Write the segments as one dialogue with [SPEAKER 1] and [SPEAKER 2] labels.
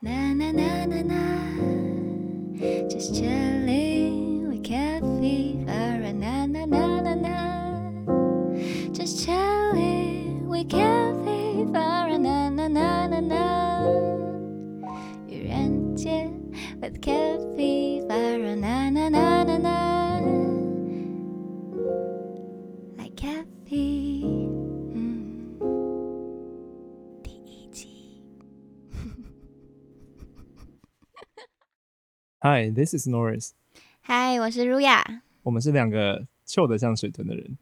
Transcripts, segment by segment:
[SPEAKER 1] Na na na na na, just chilling with cat fever. Na na na na na, just chilling with cat fever. Na na na na na, 愚人节 with cat fever. Na na na na na, like Mm. cat fever. 嗯，第一集。
[SPEAKER 2] Hi, this is Norris。
[SPEAKER 1] 嗨，我是如雅，
[SPEAKER 2] 我们是两个臭得像水豚的人。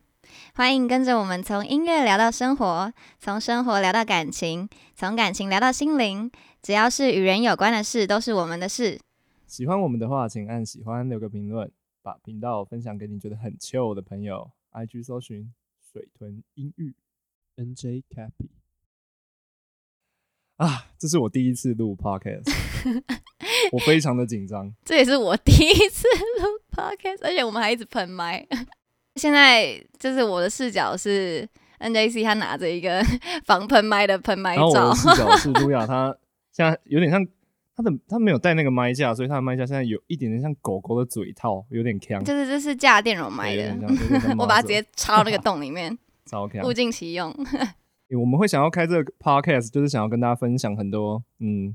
[SPEAKER 1] 欢迎跟着我们从音乐聊到生活，从生活聊到感情，从感情聊到心灵，只要是与人有关的事，都是我们的事。
[SPEAKER 2] 喜欢我们的话，请按喜欢，留个评论，把频道分享给你觉得很臭的朋友。IG 搜寻水豚音域 NJ Cappy。啊，这是我第一次 录 Podcast，我非常的紧张。
[SPEAKER 1] 这也是我第一次录 podcast，而且我们还一直喷麦。 现在就是我的视角是 NJC，他拿着一个 防喷麦的喷麦
[SPEAKER 2] 然后我
[SPEAKER 1] 罩
[SPEAKER 2] 的，视角是露雅，她现在有点像她的，她没有带那个麦架，所以她的麦架现在有一点点像狗狗的嘴套，有点呛，
[SPEAKER 1] 就是这是架电容麦
[SPEAKER 2] 对有
[SPEAKER 1] 的
[SPEAKER 2] 点，像有点 像
[SPEAKER 1] 我把它直
[SPEAKER 2] 猫
[SPEAKER 1] 接插 到那个洞里面，
[SPEAKER 2] 走超呛
[SPEAKER 1] 物尽其用。
[SPEAKER 2] 欸我们会想要开这个 podcast，就是想要跟大家分享很多嗯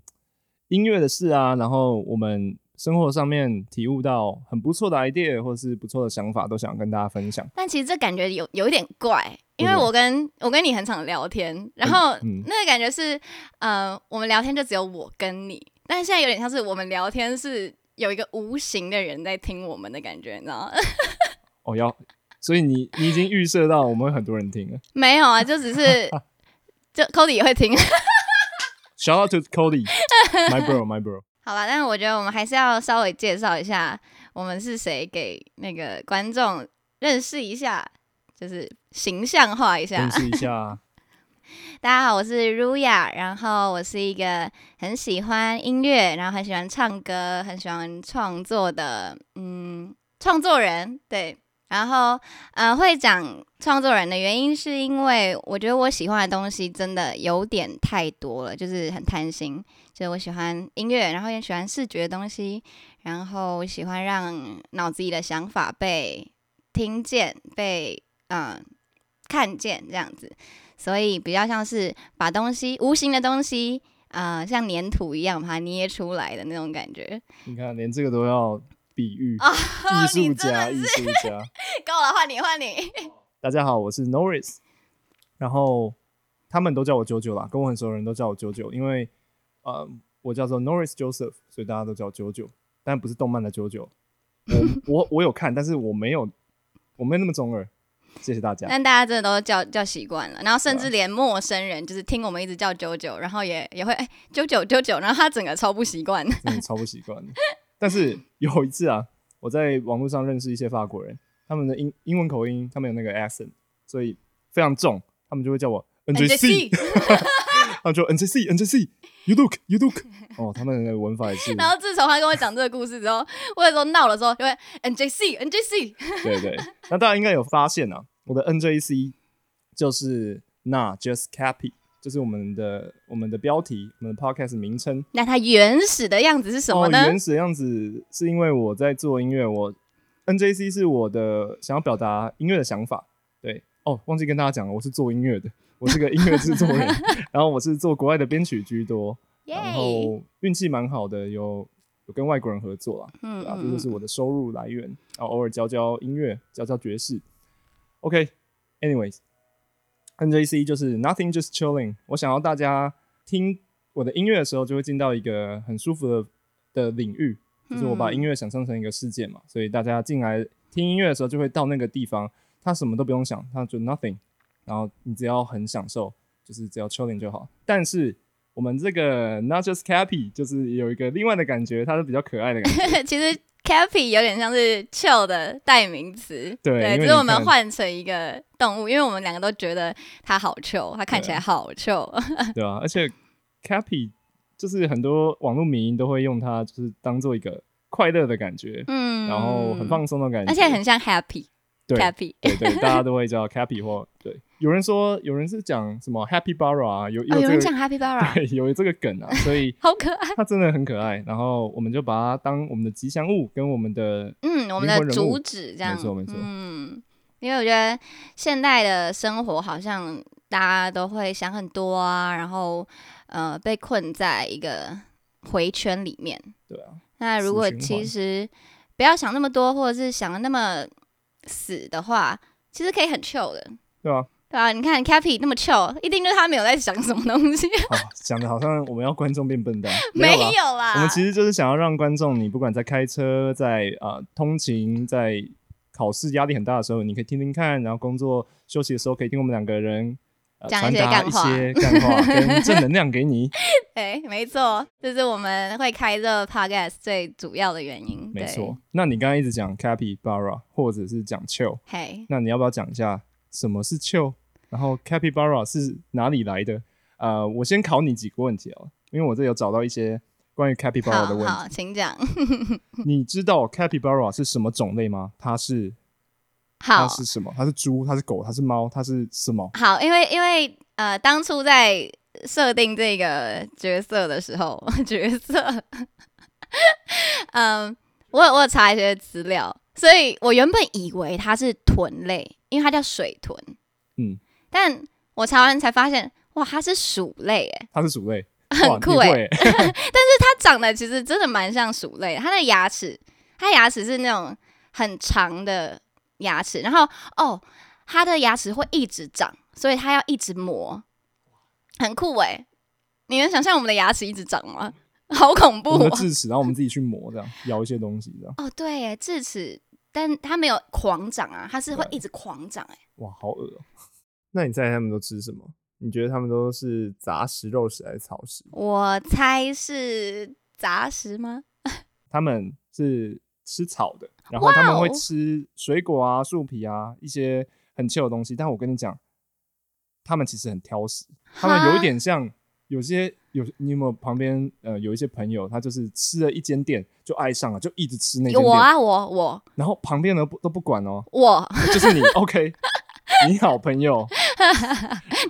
[SPEAKER 2] 音乐的事啊，然后我们生活上面体悟到很不错的 idea 或是不错的想法，都想要跟大家分享。
[SPEAKER 1] 但其实这感觉有有一点怪，因为
[SPEAKER 2] 为什么
[SPEAKER 1] 我跟我跟你很常聊天，然后
[SPEAKER 2] 嗯
[SPEAKER 1] 那个感觉是，呃，我们聊天就只有我跟你，但是现在有点像是我们聊天是有一个无形的人在听我们的感觉，你知道吗？
[SPEAKER 2] 哦，要，所以你你已经预设到我们会很多人听了。
[SPEAKER 1] 没有啊，就只 是就 Cody 也会听，
[SPEAKER 2] Shout out to Cody，my bro，my bro。
[SPEAKER 1] 好吧？但是我觉得我们还是要稍微介绍一下我们是谁，给那个观众认识一下，就是形象化一下。
[SPEAKER 2] 认识一下，
[SPEAKER 1] 大家好，我是 Ruya，然后我是一个很喜欢音乐，然后很喜欢唱歌，很喜欢创作的，嗯，创作人，对。然后，呃，会讲创作人的原因是因为我觉得我喜欢的东西真的有点太多了，就是很贪心。就是我喜欢音乐，然后也喜欢视觉的东西，然后我喜欢让脑子里的想法被听见、被嗯、呃看见这样子。所以比较像是把东西无形的东西，呃，像粘土一样把它捏出来的那种感觉。
[SPEAKER 2] 你看连这个都要比喻，
[SPEAKER 1] 哦
[SPEAKER 2] 艺术家，艺
[SPEAKER 1] 你真的
[SPEAKER 2] 术家。
[SPEAKER 1] 够了，换你，换你。
[SPEAKER 2] 大家好，我是 Norris，然后他们都叫我九九啦，跟我很熟的人都叫我九九，因为呃，我叫做 Norris Joseph，所以大家都叫我九九，但不是动漫的九九。我我我有看，但是我没有，我没有那么中二。谢谢 大家。
[SPEAKER 1] 但大家真的都叫叫习惯了，然后
[SPEAKER 2] 啊
[SPEAKER 1] 甚至连陌生人，就是听我们一直叫九九，然后也也会哎九九九九，然后他整个超不习惯。
[SPEAKER 2] 真的超不习惯的。但是有一次啊，我在网络上认识一些法国人，他们的英英文口音，他们有那个 accent，所以非常重，他们就会叫我 NJC，他们就 NJC NJC，You look You look，哦，他们的文法 也是，
[SPEAKER 1] 然后自从他跟我讲这个故事之后，我有时候闹的时候就会 NJC NJC，
[SPEAKER 2] 对对。那大家应该有发现啊，我的 NJC 就是 Not Just Cappy，就是我们的我们的标题，我们的 podcast 名称。
[SPEAKER 1] 那他原始的样子是什么呢
[SPEAKER 2] 哦、？原始的样子是因为我在做音乐，我 NJC 是我的想要表达音乐的想法。对，哦，忘记跟大家讲了，我是做音乐的，我是个音乐制作 人，然后我是做国外的编曲居多，
[SPEAKER 1] 耶、
[SPEAKER 2] 然后运气蛮好的，有有跟外国人合作啊，
[SPEAKER 1] 嗯
[SPEAKER 2] 对啊，这
[SPEAKER 1] 嗯
[SPEAKER 2] 就
[SPEAKER 1] 嗯
[SPEAKER 2] 是我的收入来源，然后偶尔教教音乐，教教爵士。OK，anyways，NJC、NJC 就是 Nothing Just Chilling，我想要大家听我的音乐的时候，就会进到一个很舒服的的领域，就是我
[SPEAKER 1] 嗯
[SPEAKER 2] 把音乐想象成一个世界嘛，所以大家进来听音乐的时候，就会到那个地方，他什么都不用想，他就 Nothing，然后你只要很享受，就是只要 Chilling 就好。但是我们这个 Not Just Happy 就是有一个另外的感觉，它是比较可爱的感 觉。
[SPEAKER 1] 其实 Cappy 有点像是 chill 的代名词，
[SPEAKER 2] 对因为
[SPEAKER 1] 只是我
[SPEAKER 2] 你
[SPEAKER 1] 们
[SPEAKER 2] 看
[SPEAKER 1] 换成一个动物，因为我们两个都觉得它好 chill，它看起
[SPEAKER 2] 啊
[SPEAKER 1] 来好 chill。
[SPEAKER 2] 对啊，而且 Cappy 就是很多网络迷音都会用它，就是当做一个快乐的感觉，
[SPEAKER 1] 嗯，
[SPEAKER 2] 然后很，放松的感觉，
[SPEAKER 1] 而且很像 happy
[SPEAKER 2] 对
[SPEAKER 1] Cappy。
[SPEAKER 2] 对对，大家都会叫 Cappy 或对有人说，有人是讲什么 Happy Bara 啊，有
[SPEAKER 1] 哦，有
[SPEAKER 2] 这
[SPEAKER 1] 人
[SPEAKER 2] 个、
[SPEAKER 1] 讲 Happy Bara，
[SPEAKER 2] 对有这个梗啊，所以
[SPEAKER 1] 好可爱。
[SPEAKER 2] 它真的很可爱。然后我们就把它当我们的吉祥物，跟我们的
[SPEAKER 1] 嗯，我们
[SPEAKER 2] 灵
[SPEAKER 1] 的
[SPEAKER 2] 魂人物
[SPEAKER 1] 主旨这样，
[SPEAKER 2] 没错没错
[SPEAKER 1] 嗯，因为我觉得现代的生活好像大家都会想很多啊，然后呃被困在一个回圈里面。
[SPEAKER 2] 对啊，
[SPEAKER 1] 那
[SPEAKER 2] 死
[SPEAKER 1] 如果
[SPEAKER 2] 循
[SPEAKER 1] 其
[SPEAKER 2] 环
[SPEAKER 1] 实不要想那么多，或者是想的那么死的话，其实可以很 chill 的。
[SPEAKER 2] 对啊，
[SPEAKER 1] 对啊，你看 Cappy 那么 chill，一定就是他没有在想什么东 西，
[SPEAKER 2] 好哦讲的好像我们要观众变笨蛋，
[SPEAKER 1] 没
[SPEAKER 2] 有啦。
[SPEAKER 1] 有啦。
[SPEAKER 2] 我们其实就是想要让观众，你不管在开车、在呃通勤、在考试压力很大的时候，你可以听听看，然后工作休息的时候可以听我们两个人、呃、
[SPEAKER 1] 讲
[SPEAKER 2] 传
[SPEAKER 1] 一些
[SPEAKER 2] 达
[SPEAKER 1] 干
[SPEAKER 2] 一
[SPEAKER 1] 话
[SPEAKER 2] 些干话跟正能量给你。
[SPEAKER 1] 对，没错，这是我们会开这个 podcast 最主要的原因。
[SPEAKER 2] 没
[SPEAKER 1] 对
[SPEAKER 2] 错，。那你刚刚一直讲 capybara 或者是讲 chill，
[SPEAKER 1] 嘿，
[SPEAKER 2] 那你要不要讲一下什么是 chill？然后 capybara 是哪里来的？呃，我先考你几个问题哦，因为我这有找到一些关于 capybara 的
[SPEAKER 1] 好
[SPEAKER 2] 问题。
[SPEAKER 1] 好，请讲。
[SPEAKER 2] 你知道 capybara 是什么种类吗？它是它
[SPEAKER 1] 好
[SPEAKER 2] 是什么？它是猪，它是狗，它是猫，它是什么？
[SPEAKER 1] 好，因为因为呃，当初在设定这个角色的时候， 角色，嗯，我有我有查一些资料，所以我原本以为它是豚类，因为它叫水豚。
[SPEAKER 2] 嗯，
[SPEAKER 1] 但我查完才发现，哇，它是鼠类，哎，
[SPEAKER 2] 它是鼠类，
[SPEAKER 1] 很酷
[SPEAKER 2] 哎、
[SPEAKER 1] 哎、
[SPEAKER 2] 你会 欸
[SPEAKER 1] 它长得其实真的蛮像鼠类的，它的牙齿，它牙齿是那种很长的牙齿，然后哦，它的牙齿会一直长，所以它要一直磨，很酷哎、你能想象我们的牙齿一直长吗？ 好恐怖
[SPEAKER 2] 我们的
[SPEAKER 1] 哦！
[SPEAKER 2] 智齿，然后我们自己去磨，这样咬一些东西，这样
[SPEAKER 1] 哦对耶，智齿，但它没有狂长啊，它是会
[SPEAKER 3] 对
[SPEAKER 1] 一直狂长哎。
[SPEAKER 2] 哇，好恶哦、
[SPEAKER 3] 那你猜他们都吃什么？你觉得他们都是杂食、肉食还是草食？
[SPEAKER 1] 我猜是杂食吗？
[SPEAKER 2] 他们是吃草的，然后他们
[SPEAKER 1] 哇哦
[SPEAKER 2] 会吃水果啊、树皮啊一些很 chill 的东西。但我跟你讲，他们其实很挑食，他们有一点像有些有你有没有旁边呃有一些朋友，他就是吃了一间店就爱上了，就一直吃那间
[SPEAKER 1] 我
[SPEAKER 2] 店，
[SPEAKER 1] 啊，我我
[SPEAKER 2] 然后旁边的不都不管哦，
[SPEAKER 1] 我，
[SPEAKER 2] 就是你 OK。你好，朋友，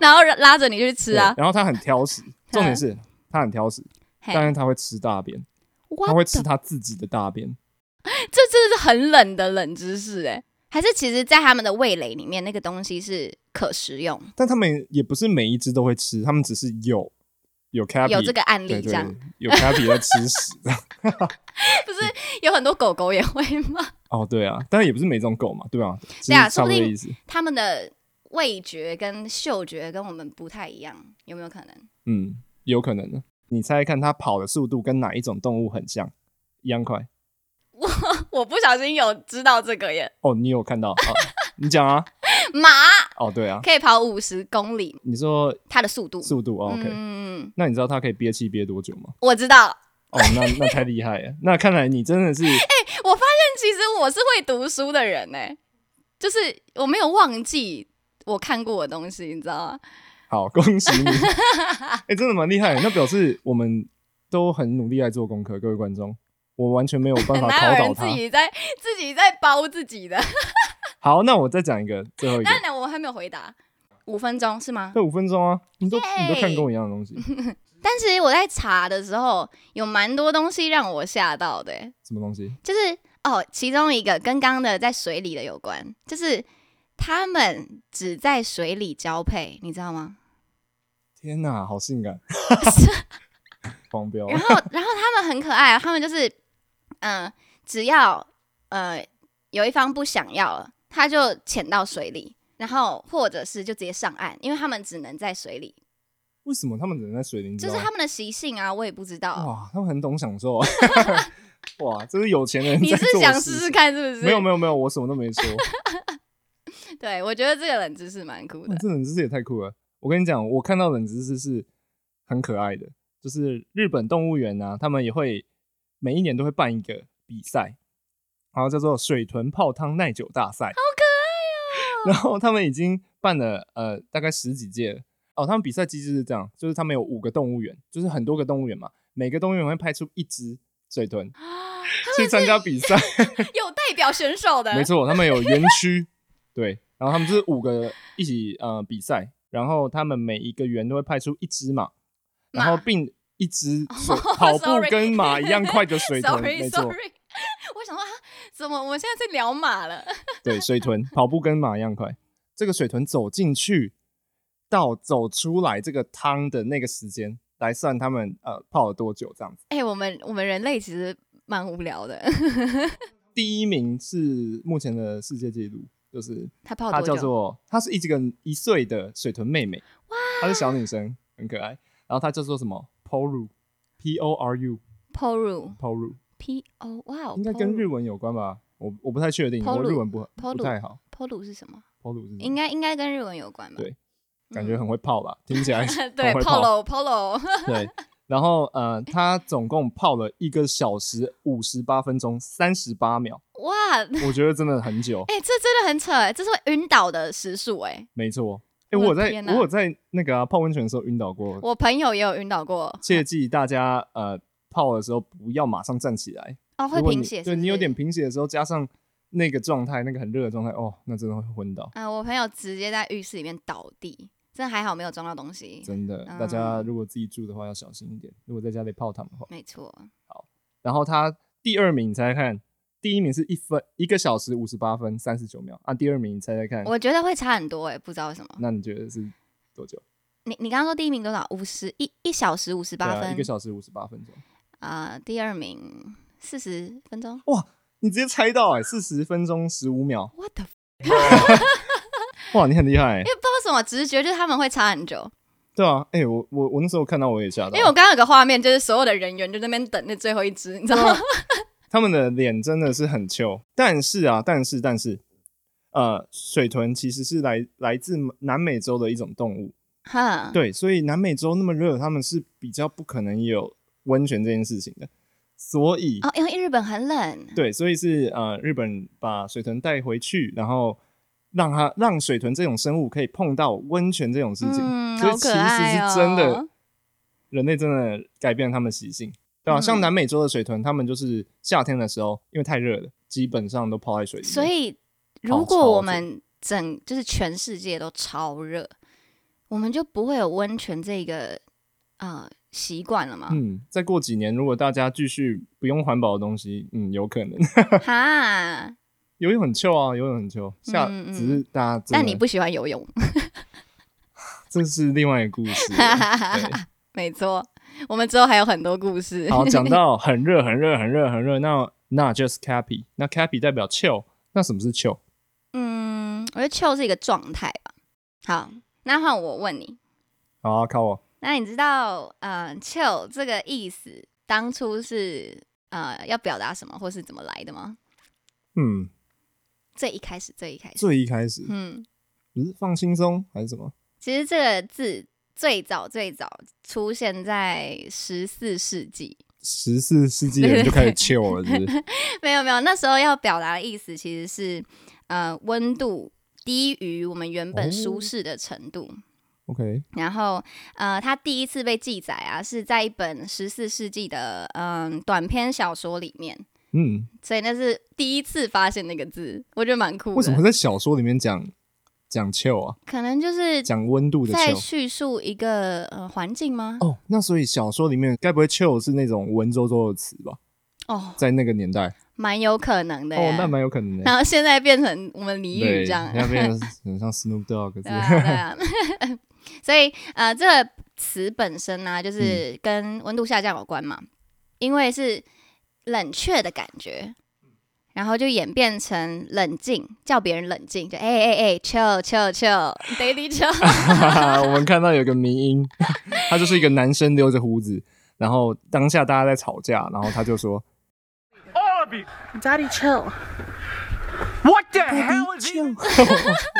[SPEAKER 1] 然后拉着你去吃啊
[SPEAKER 2] 对。然后他很 挑食，重点是他很挑食，
[SPEAKER 1] 嘿
[SPEAKER 2] 但是他会吃大便，
[SPEAKER 1] What
[SPEAKER 2] 他会吃
[SPEAKER 1] the-
[SPEAKER 2] 他自己的大便。
[SPEAKER 1] 这真的是很冷的冷知识哎，还是其实，在他们的味蕾里面，那个东西是可食用，
[SPEAKER 2] 但他们也不是每一只都会吃，他们只是有有 cappy
[SPEAKER 1] 有这个案
[SPEAKER 2] 对
[SPEAKER 1] 例
[SPEAKER 2] 对
[SPEAKER 1] 这样，
[SPEAKER 2] 对，有 cappy 在吃 屎
[SPEAKER 1] 有很多狗狗也会吗？
[SPEAKER 2] 哦，对啊，但也不是每种狗嘛，对啊，
[SPEAKER 1] 对啊
[SPEAKER 2] 只是差不多
[SPEAKER 1] 说不定
[SPEAKER 2] 意思。
[SPEAKER 1] 他们的味觉跟嗅觉跟我们不太一样，有没有可能？
[SPEAKER 2] 嗯，有可能的。你猜猜看，它跑的速度跟哪一种动物很像？一样快
[SPEAKER 1] 我不小心有知道这个耶，
[SPEAKER 2] 哦，你有看到？哦、你讲啊？
[SPEAKER 1] 马
[SPEAKER 2] 哦，对啊，
[SPEAKER 1] 可以跑五十公里，
[SPEAKER 2] 你说
[SPEAKER 1] 它的速度。
[SPEAKER 2] 速度、哦、OK，、
[SPEAKER 1] 嗯，
[SPEAKER 2] 那你知道它可以憋气憋多久吗？
[SPEAKER 1] 我知道。
[SPEAKER 2] 哦，那那太厉害了。 那看来你真的 是
[SPEAKER 1] 但其实我是会读书的人哎，就是我没有忘记我看过的东西，你知道吗？
[SPEAKER 2] 好，恭喜你！ 哎、真的蛮厉害的，那表示我们都很努力在做功课，各位观众，我完全没有 办
[SPEAKER 1] 哪
[SPEAKER 2] 法
[SPEAKER 1] 有
[SPEAKER 2] 考倒
[SPEAKER 1] 人
[SPEAKER 2] 他
[SPEAKER 1] 自。己在 自己在包自己的？
[SPEAKER 2] 好，那我再讲一个，最后一个，
[SPEAKER 1] 当然，我还没有回答。五分钟是吗？
[SPEAKER 2] 这五分钟啊，你都你都看
[SPEAKER 1] Yay
[SPEAKER 2] 跟我一样的东西，
[SPEAKER 1] 但其实我在查的时候，有蛮多东西让我吓到的欸，
[SPEAKER 2] 什么东西？
[SPEAKER 1] 就是哦，其中一个跟刚刚的在水里的有关，就是他们只在水里交配，你知道吗？
[SPEAKER 2] 天哪，好 性感！黄标，
[SPEAKER 1] 然后，然后他们很可爱啊，他们就是，嗯、只要呃有一方不想要了，他就潜到水里，然后或者是就直接上岸，因为他们只能在水里，
[SPEAKER 2] 为什么他们只能在水灵？
[SPEAKER 1] 就是他们的习性啊，我也不知道。
[SPEAKER 2] 哇，他们很懂享受啊，哇，这是有钱人
[SPEAKER 1] 你
[SPEAKER 2] 在
[SPEAKER 1] 是
[SPEAKER 2] 做
[SPEAKER 1] 想
[SPEAKER 2] 的
[SPEAKER 1] 试
[SPEAKER 2] 事
[SPEAKER 1] 试看是不是？
[SPEAKER 2] 没有没有没有，我什么都没说，
[SPEAKER 1] 对，我觉得这个冷知识蛮酷
[SPEAKER 2] 那
[SPEAKER 1] 的。
[SPEAKER 2] 这冷知识也太酷了！我跟你讲，我看到冷知识是很可爱的，就是日本动物园啊，他们也会每一年都会办一个比赛，然后叫做水豚泡汤耐久大赛，好可爱哦！然后他们已经办了呃大概十几届了。哦，他们比赛机制是这样，就是他们有五个动物园，就是很多个动物园嘛，每个动物园会派出一只水豚去参加比赛。
[SPEAKER 1] 有代表选手的，
[SPEAKER 2] 没错，他们有园区，对，然后他们就是五个一起呃比赛，然后他们每一个圆都会派出一只马，然后
[SPEAKER 1] 马哦
[SPEAKER 2] 并一只水跑步
[SPEAKER 1] sorry
[SPEAKER 2] 跟马一样快的水豚，
[SPEAKER 1] sorry
[SPEAKER 2] 没错，
[SPEAKER 1] sorry，我 想说啊，怎么我们现在在聊马了？
[SPEAKER 2] 对，水豚跑步跟马一样快。这个水豚走进去到走出来这个汤的那个时间来算他们呃泡了多久这样子。
[SPEAKER 1] 哎、我们我们人类其实蛮无聊的。
[SPEAKER 2] 第一名是目前的世界纪录，就是
[SPEAKER 1] 他泡
[SPEAKER 2] 她
[SPEAKER 1] 哦多久？
[SPEAKER 2] 叫做她是一这个一岁的水豚妹妹，她是小女生，很可爱。然后她叫做什么？Poru，P O R U，Poru。
[SPEAKER 1] Poru P O 哇哦，
[SPEAKER 2] 应该跟
[SPEAKER 1] Poru
[SPEAKER 2] 日文有关吧？我我不太确定，我
[SPEAKER 1] Poru，
[SPEAKER 2] 日文不不
[SPEAKER 1] Poru
[SPEAKER 2] 太好。
[SPEAKER 1] Poru 是什么？
[SPEAKER 2] Poru 是什么
[SPEAKER 1] 应该应该跟日文有关吧？嗯
[SPEAKER 2] 对感觉很会泡吧？听起来
[SPEAKER 1] 对
[SPEAKER 2] 很会泡。
[SPEAKER 1] ，Polo Polo，
[SPEAKER 2] 对，然后呃，她总共泡了一个小时五十八分钟三十八秒，
[SPEAKER 1] 哇，
[SPEAKER 2] 我觉得真的很久。
[SPEAKER 1] 哎、这真的很扯哎，这是会晕倒的时速哎、
[SPEAKER 2] 没错，哎，
[SPEAKER 1] 我的
[SPEAKER 2] 我在
[SPEAKER 1] 天哪
[SPEAKER 2] 我有在那个啊泡温泉的时候晕倒过，
[SPEAKER 1] 我朋友也有晕倒过
[SPEAKER 2] 切记大家呃泡的时候不要马上站起来，
[SPEAKER 1] 哦，会
[SPEAKER 2] 如果
[SPEAKER 1] 贫
[SPEAKER 2] 你
[SPEAKER 1] 血是不是，
[SPEAKER 2] 对你有点贫血的时候，加上那个状态，那个很热的状态，哦，那真的会昏倒，
[SPEAKER 1] 啊、我朋友直接在浴室里面倒地，真的还好没有撞到东西，
[SPEAKER 2] 真的。
[SPEAKER 1] 嗯
[SPEAKER 2] 大家如果自己住的话要小心一点，如果在家里泡汤的话。
[SPEAKER 1] 没错，
[SPEAKER 2] 然后他第二名，你猜猜看，第一名是一分一个小时五十八分三十九秒啊，第二名你猜猜看，
[SPEAKER 1] 我觉得会差很多哎，不知道为什么。
[SPEAKER 2] 那你觉得是多久？
[SPEAKER 1] 你你刚刚说第一名多少？五十一一小时五十
[SPEAKER 2] 对
[SPEAKER 1] 八
[SPEAKER 2] 啊，
[SPEAKER 1] 分
[SPEAKER 2] 一个小时五十八分钟，
[SPEAKER 1] 啊、第二名四十分钟。
[SPEAKER 2] 你直接猜到哎、四十分钟十五秒，
[SPEAKER 1] What the？f-
[SPEAKER 2] 哇，你很厉害、欸
[SPEAKER 1] 因，为不知道什么直觉就是他们会差很久，
[SPEAKER 2] 对啊，哎、我我我那时候看到我也吓到，
[SPEAKER 1] 因为我刚刚有个画面，就是所有的人员就在那边等那最后一只，你知道
[SPEAKER 2] 啊
[SPEAKER 1] 吗？
[SPEAKER 2] 他们的脸真的是很秋，但是啊，但是但是，呃，水豚其实是来来自南美洲的一种动物，
[SPEAKER 1] 哈，
[SPEAKER 2] 对，所以南美洲那么热，他们是比较不可能有温泉这件事情的，所以、
[SPEAKER 1] 哦，因为日本很冷，
[SPEAKER 2] 对，所以是呃，日本把水豚带回去，然后让它让水豚这种生物可以碰到温泉这种事情，
[SPEAKER 1] 嗯
[SPEAKER 2] 所以
[SPEAKER 1] 好
[SPEAKER 2] 其
[SPEAKER 1] 可
[SPEAKER 2] 实
[SPEAKER 1] 爱
[SPEAKER 2] 是真的，
[SPEAKER 1] 哦
[SPEAKER 2] 人类真的改变了他们的习性，对吧、
[SPEAKER 1] 嗯
[SPEAKER 2] 像南美洲的水豚，他们就是夏天的时候，因为太热了，基本上都泡在水里面。
[SPEAKER 1] 所以
[SPEAKER 2] 好
[SPEAKER 1] 如
[SPEAKER 2] 哦超
[SPEAKER 1] 果我
[SPEAKER 2] 级
[SPEAKER 1] 们整就是全世界都超热，我们就不会有温泉这个呃习惯了嘛？
[SPEAKER 2] 嗯，再过几年，如果大家继续不用环保的东西，嗯，有可能
[SPEAKER 1] 哈，
[SPEAKER 2] 游泳很臭啊，游泳很臭。夏、
[SPEAKER 1] 嗯嗯
[SPEAKER 2] 只是大家真的，
[SPEAKER 1] 但你不喜欢游泳，
[SPEAKER 2] 这是另外一个故 事了。对
[SPEAKER 1] 没错。我们之后还有很多故事。
[SPEAKER 2] 好，讲到很热、很热、很热、很热，那那 just cappy，那 cappy 代表 chill，那什么是 chill？
[SPEAKER 1] 嗯，我觉得 chill 是一个状态吧。好，那换我问你，
[SPEAKER 2] 好啊，靠我，
[SPEAKER 1] 那你知道呃 chill 这个意思当初是呃要表达什么，或是怎么来的吗？
[SPEAKER 2] 嗯，
[SPEAKER 1] 最一开始，最一开始，
[SPEAKER 2] 最一开始
[SPEAKER 1] 嗯，
[SPEAKER 2] 不是放轻松还是什么？
[SPEAKER 1] 其实这个字最早最早出现在十四世纪，
[SPEAKER 2] 十四世纪人就开始 chill 了，是不是？
[SPEAKER 1] 没有没有，那时候要表达的意思其实是呃温度低于我们原本
[SPEAKER 2] 哦
[SPEAKER 1] 舒适的程度。
[SPEAKER 2] OK，
[SPEAKER 1] 然后，呃，它第一次被记载啊，是在一本十四世纪的嗯短篇小说里面，
[SPEAKER 2] 嗯，
[SPEAKER 1] 所以那是第一次发现那个字，我觉得蛮酷的。
[SPEAKER 2] 为什么会在小说里面讲讲 chill 啊？
[SPEAKER 1] 可能就是
[SPEAKER 2] 讲温度的
[SPEAKER 1] 在
[SPEAKER 2] chill
[SPEAKER 1] 叙述一个呃环境吗？
[SPEAKER 2] 哦，那所以小说里面该不会 chill 是那种文绉绉的词吧？
[SPEAKER 1] 哦，
[SPEAKER 2] 在那个年代，
[SPEAKER 1] 蛮有可能的耶。
[SPEAKER 2] 哦，那蛮有可能的。
[SPEAKER 1] 然后现在变成我们俚
[SPEAKER 2] 对，
[SPEAKER 1] 语这样，
[SPEAKER 2] 那边很像 Snoop Dogg 之
[SPEAKER 1] 对
[SPEAKER 2] 类
[SPEAKER 1] 啊，
[SPEAKER 2] 的
[SPEAKER 1] 对啊。 所以呃，这个词本身呢、
[SPEAKER 2] 嗯
[SPEAKER 1] 就是跟温度下降有关嘛，因为是冷却的感觉，然后就演变成冷静，叫别人冷静，就哎哎哎，chill chill chill，daily chill，
[SPEAKER 2] 哈
[SPEAKER 1] 啊
[SPEAKER 2] 哈， 我们看到有个迷音， 他就是一个男生留着胡子，然后当下大家在吵架，然后他就说
[SPEAKER 4] All of you.
[SPEAKER 5] Daddy, chill.
[SPEAKER 4] What the hell is he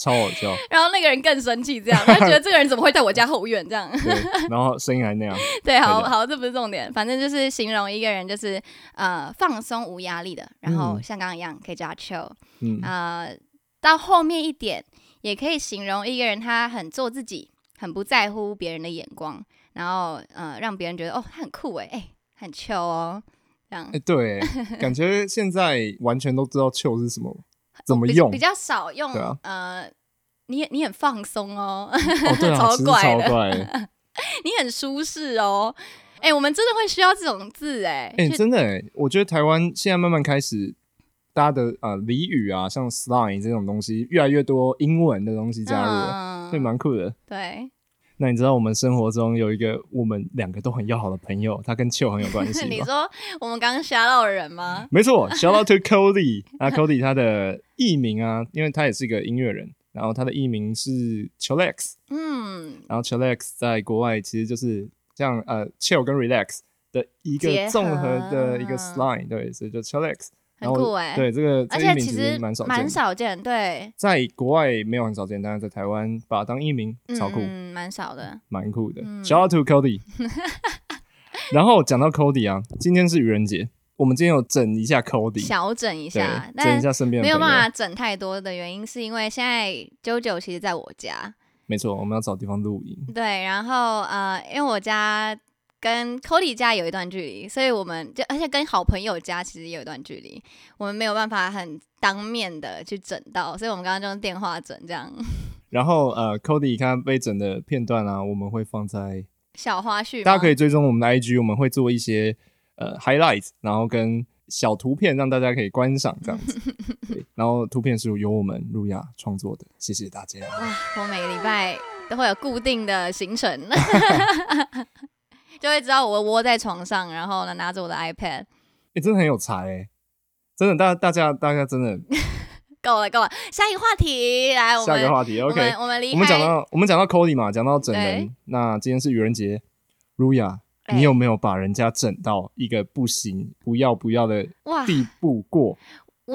[SPEAKER 2] 超好笑，
[SPEAKER 1] 然后那个人更生气， 这样他觉得这个人怎么会在我家后院这样？
[SPEAKER 2] 对，然后声音还那样，
[SPEAKER 1] 对，好
[SPEAKER 2] 对的
[SPEAKER 1] 好，这不是重点，反正就是形容一个人就是呃放松无压力的，然后
[SPEAKER 2] 嗯
[SPEAKER 1] 像刚刚一样可以叫他 chill，
[SPEAKER 2] 嗯，
[SPEAKER 1] 呃，到后面一点也可以形容一个人他很做自己，很不在乎别人的眼光，然后呃让别人觉得哦他很酷哎哎、很
[SPEAKER 2] 哎
[SPEAKER 1] chill 哦这样
[SPEAKER 2] 哎、对，感觉现在完全都知道 chill 是什么，怎么
[SPEAKER 1] 比
[SPEAKER 2] 用
[SPEAKER 1] 比？较少用
[SPEAKER 2] 对啊
[SPEAKER 1] 呃，你也你很放松哦，
[SPEAKER 2] 哦，对啊，
[SPEAKER 1] 超
[SPEAKER 2] 其实
[SPEAKER 1] 怪
[SPEAKER 2] 超
[SPEAKER 1] 的
[SPEAKER 2] 怪的，
[SPEAKER 1] 你很舒适哦。哎、我们真的会需要这种字哎、
[SPEAKER 2] 哎、
[SPEAKER 1] 就
[SPEAKER 2] 真的哎、我觉得台湾现在慢慢开始，大家的呃俚语啊，像 slang 这种东西，越来越多英文的东西加入了，
[SPEAKER 1] 嗯
[SPEAKER 2] 对，蛮酷的。
[SPEAKER 1] 对，
[SPEAKER 2] 那你知道我们生活中有一个我们两个都很要好的朋友，他跟 Chill 很有 关系
[SPEAKER 1] 你
[SPEAKER 2] 吗？
[SPEAKER 1] 说我们刚刚吓到的人吗？
[SPEAKER 2] 没错，Shout out to Cody 啊，Cody 他的艺名啊，因为他也是个音乐人，然后他的艺名是 Chillax，
[SPEAKER 1] 嗯，
[SPEAKER 2] 然后 Chillax 在国外其实就是像呃 Chill 跟 Relax 的一
[SPEAKER 1] 结
[SPEAKER 2] 个
[SPEAKER 1] 合
[SPEAKER 2] 综合的一个 slang，对，所以就 Chillax。
[SPEAKER 1] 很
[SPEAKER 2] 然后
[SPEAKER 1] 酷哎、
[SPEAKER 2] 对这个，
[SPEAKER 1] 而
[SPEAKER 2] 这个
[SPEAKER 1] 且
[SPEAKER 2] 艺名
[SPEAKER 1] 其实
[SPEAKER 2] 蛮少见的，
[SPEAKER 1] 蛮少见，对，
[SPEAKER 2] 在国外没有很少见，但是在台湾把它当艺名超酷，
[SPEAKER 1] 嗯，蛮少的。
[SPEAKER 2] 蛮酷的。
[SPEAKER 1] 嗯
[SPEAKER 2] Shout out to Cody。然后讲到 Cody 啊，今天是愚人节，我们今天有整一下 Cody，
[SPEAKER 1] 调整一下，
[SPEAKER 2] 对，整
[SPEAKER 1] 但
[SPEAKER 2] 一下身边的
[SPEAKER 1] 没有
[SPEAKER 2] 朋
[SPEAKER 1] 办
[SPEAKER 2] 友。
[SPEAKER 1] 法整太多的原因，是因为现在啾啾其实在我家，
[SPEAKER 2] 没错，我们要找地方录音。
[SPEAKER 1] 对，然后呃，因为我家跟 Cody 家有一段距离，所以我们就而且跟好朋友家其实也有一段距离，我们没有办法很当面的去整到，所以我们刚刚就用电话整这样
[SPEAKER 2] 然后呃，Cody 刚刚被整的片段啊，我们会放在
[SPEAKER 1] 小花絮吗。
[SPEAKER 2] 大家可以追踪我们的 IG，我们会做一些呃 highlight，然后跟小图片让大家可以观赏这样 子。对，然后图片是由我们路亚创作的，谢谢大家。
[SPEAKER 1] 哇，我每个礼拜都会有固定的行 程，就会知道我窝在床上，然后呢拿着我的 iPad，
[SPEAKER 2] 哎、真的很有才哎、真的，大大家大家真的，
[SPEAKER 1] 够了够了，下一个话题来，我
[SPEAKER 2] 下一
[SPEAKER 1] 们
[SPEAKER 2] 个话题
[SPEAKER 1] 我们
[SPEAKER 2] ，OK，
[SPEAKER 1] 我们离
[SPEAKER 2] 我们讲
[SPEAKER 1] 开，
[SPEAKER 2] 到我们讲到 Cody 嘛，讲到整
[SPEAKER 1] 对
[SPEAKER 2] 人，那今天是愚人节，路亚，你
[SPEAKER 1] 哎
[SPEAKER 2] 有没有把人家整到一个不行、不要、不要的
[SPEAKER 1] 哇，
[SPEAKER 2] 地步过，或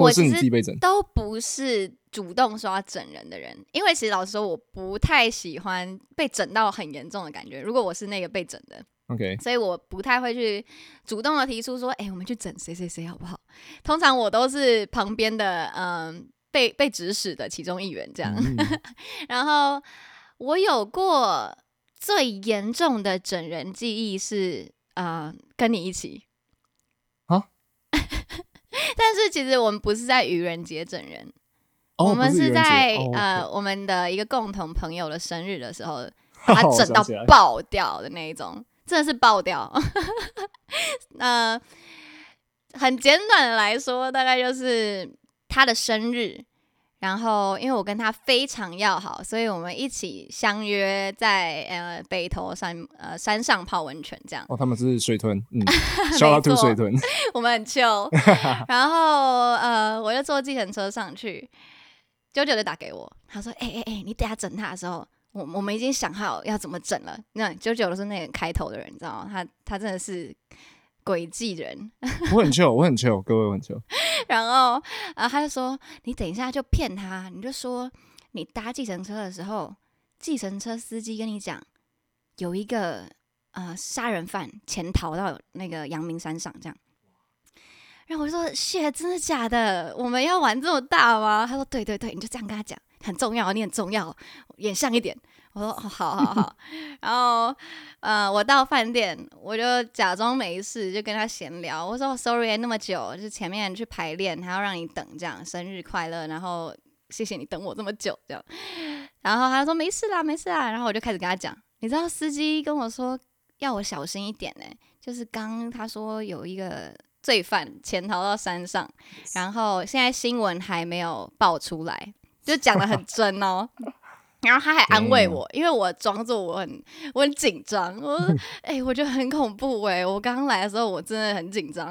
[SPEAKER 1] 啊我
[SPEAKER 2] 者是
[SPEAKER 1] 其
[SPEAKER 2] 你自己
[SPEAKER 1] 实
[SPEAKER 2] 被整？
[SPEAKER 1] 都不是主动说要整人的人，因为其实老实说，我不太喜欢被整到很严重的感觉。如果我是那个被整的，
[SPEAKER 2] OK，
[SPEAKER 1] 所以我不太会去主动的提出说，哎、我们去整谁谁谁好不好？通常我都是旁边的，嗯、被被指使的其中一员这样。
[SPEAKER 2] 嗯
[SPEAKER 1] 然后我有过最严重的整人记忆是，呃，跟你一起。
[SPEAKER 2] 啊？
[SPEAKER 1] 但是其实我们不是在愚人节整人，
[SPEAKER 2] 哦
[SPEAKER 1] 我们
[SPEAKER 2] 不是愚人节
[SPEAKER 1] 在、
[SPEAKER 2] 哦
[SPEAKER 1] 呃我们的一个共同朋友的生日的时候， 把他
[SPEAKER 2] 哦我
[SPEAKER 1] 整
[SPEAKER 2] 想
[SPEAKER 1] 到
[SPEAKER 2] 起来
[SPEAKER 1] 爆掉的那一种，真的是爆掉。 呃，很简短的来说，大概就是他的生日，然后因为我跟他非常要好，所以我们一起相约在呃北投山呃山上泡温泉这样。，
[SPEAKER 2] 哦，他们是水豚，嗯 小拉兔
[SPEAKER 1] 没错
[SPEAKER 2] 水豚，
[SPEAKER 1] 我们很 chill。然后呃，我就坐计程车上去，九九就打给我，他说：“哎哎哎，你等下整他的时候，我我们已经想好要怎么整了。”那九九是那个开头的人，你知道吗？他他真的是诡计人。
[SPEAKER 2] 我很 chill，我很 chill，各位我很 chill，
[SPEAKER 1] 然后呃，他就说：“你等一下就骗他，你就说你搭计程车的时候，计程车司机跟你讲有一个呃杀人犯潜逃到那个阳明山上这样。”然后我就说：“谢，真的假的？我们要玩这么大吗？”他说：“对对对，你就这样跟他讲，很重要，你很重要，演像一点。”我说：“哦，好好好。” 然后呃，我到饭店，我就假装没事，就跟他闲聊。我说哦：“Sorry，那么久，就是前面去排练，还要让你等，这样生日快乐，然后谢谢你等我这么久，这样。”然后他说：“没事啦，没事啦。”然后我就开始跟他讲，你知道司机跟我说要我小心一点呢、就是刚他说有一个罪犯潜逃到山上，然后现在新闻还没有爆出来，就讲的很真哦。 然后他还安慰我，因为我装作我很我很紧张，我说 哎、我觉得很恐怖哎、我刚来的时候我真的很紧张。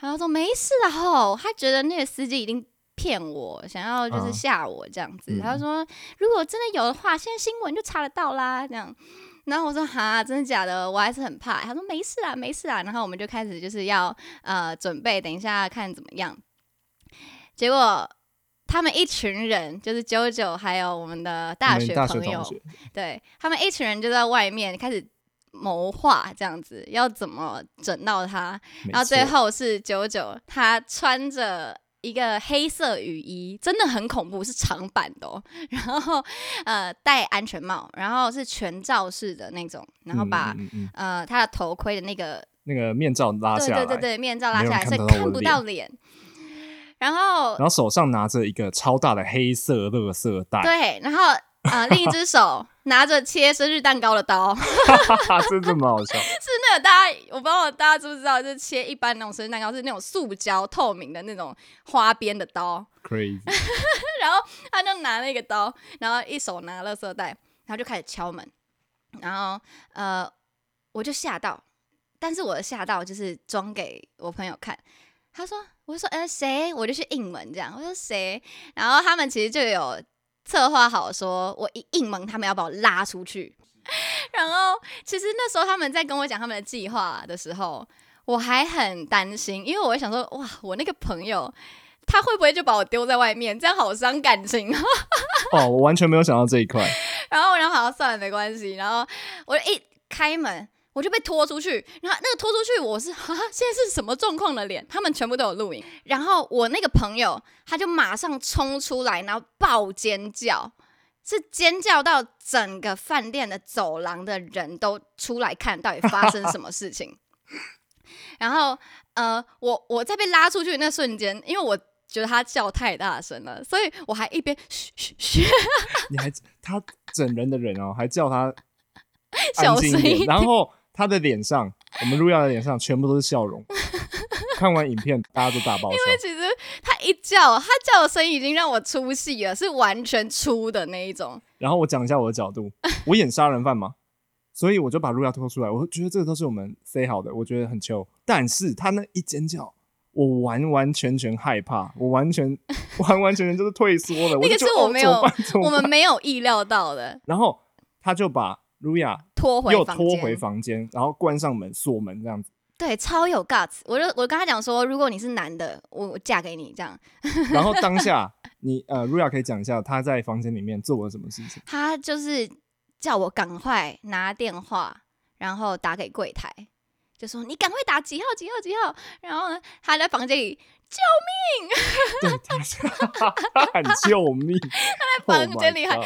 [SPEAKER 1] 然后他说没事啊吼，他觉得那个司机一定骗我，想要就是
[SPEAKER 2] 嗯
[SPEAKER 1] 吓我这样子。
[SPEAKER 2] 嗯
[SPEAKER 1] 他就说如果真的有的话，现在新闻就查得到啦这样。然后我说哈，真的假的？我还是很怕。他说没事啦，没事啦。然后我们就开始就是要呃准备，等一下看怎么样。结果他们一群人，就是九九还有我们的 大
[SPEAKER 2] 你
[SPEAKER 1] 学
[SPEAKER 2] 们大学
[SPEAKER 1] 朋友，
[SPEAKER 2] 同学，
[SPEAKER 1] 对他们一群人就在外面开始谋划，这样子要怎么整到他。
[SPEAKER 2] 没
[SPEAKER 1] 然后最
[SPEAKER 2] 错
[SPEAKER 1] 后是九九，他穿着。一个黑色雨衣真的很恐怖，是长版的、哦。 然后，呃，戴安全帽，然后是全罩式的那种，然后
[SPEAKER 2] 嗯
[SPEAKER 1] 把、
[SPEAKER 2] 嗯嗯嗯
[SPEAKER 1] 呃他的头盔的那个
[SPEAKER 2] 那个面罩拉
[SPEAKER 1] 对
[SPEAKER 2] 下来，
[SPEAKER 1] 对对对面罩拉
[SPEAKER 2] 没
[SPEAKER 1] 下来，
[SPEAKER 2] 有人
[SPEAKER 1] 所
[SPEAKER 2] 看
[SPEAKER 1] 以
[SPEAKER 2] 得到
[SPEAKER 1] 看
[SPEAKER 2] 我
[SPEAKER 1] 不
[SPEAKER 2] 脸
[SPEAKER 1] 到脸。然后
[SPEAKER 2] 然后手上拿着一个超大的黑色垃圾袋，
[SPEAKER 1] 对，然后呃，另一只手拿着切生日蛋糕的刀， 是
[SPEAKER 3] 哈哈， 真的蛮好笑。
[SPEAKER 1] 那个大家我不知道大家知不知道，就是切一般那种生日蛋糕是那种塑胶透明的那种花边的刀，
[SPEAKER 2] ，crazy，
[SPEAKER 1] 然后他就拿那个刀，然后一手拿垃圾袋，然后就开始敲门，然后呃，我就吓到，但是我的吓到就是装给我朋友看，他说，我就说，呃，谁？我就去应门这样，我说谁？然后他们其实就有策划好说，我一应门，他们要把我拉出去。 然后其实那时候他们在跟我讲他们的计划的时候，我还很担心，因为我会想说，哇，我那个朋友他会不会就把我丢在外面？这样好伤感情哦。
[SPEAKER 2] 哦，我完全没有想到这一块，
[SPEAKER 1] 然后我想好算了，没关系。然后我就一开门，我就被拖出去。然后那个拖出去，我是 啊，现在是什么状况的脸？他们全部都有录影。然后我那个朋友，他就马上冲出来，然后暴尖叫，是尖叫到整个饭店的走廊的人都出来看到底发生什么事情。 然后呃，我我在被拉出去的那瞬间，因为我。觉得他叫太大声了，所以我还一边嘘嘘嘘，
[SPEAKER 2] 你还他整人的人哦，还叫他
[SPEAKER 1] 小
[SPEAKER 2] 安静
[SPEAKER 1] 声一
[SPEAKER 2] 点，
[SPEAKER 1] 点
[SPEAKER 2] 然后他的脸上，我们路亚的脸上全部都是 笑容。看完影片，大家都大爆笑。
[SPEAKER 1] 其实他一叫，他叫的声音已经让我出戏了，是完全出的那一 种。
[SPEAKER 2] 然后我讲一下我的角 度，我演杀人犯嘛，所以我就把路亚拖出来。我觉得这个都是我们 say 好的，我觉得很 chill。但是他那一尖叫，我完完全全害怕，我 完全完完全全就是退缩了。
[SPEAKER 1] 那个
[SPEAKER 2] 就是哦
[SPEAKER 1] 我没有，我
[SPEAKER 2] 我
[SPEAKER 1] 们没有意料到的，
[SPEAKER 2] 然后他就把路亚
[SPEAKER 1] 拖回
[SPEAKER 2] 又
[SPEAKER 1] 房
[SPEAKER 2] 拖
[SPEAKER 1] 间
[SPEAKER 2] 回房间，然后关上门，锁门这样子。
[SPEAKER 1] 对，超有 guts。我就我跟他讲说，如果你是男的，我我嫁给你这样。
[SPEAKER 2] 然后 当下你呃，路亚可以讲一下他在房间里面做了什么事情？
[SPEAKER 1] 他就是叫我赶快拿电话，然后打给柜台，就说你赶快打几号几号几号。然后呢，他在房间里
[SPEAKER 2] 对，他 是喊救命，，Oh 在
[SPEAKER 1] 房间里喊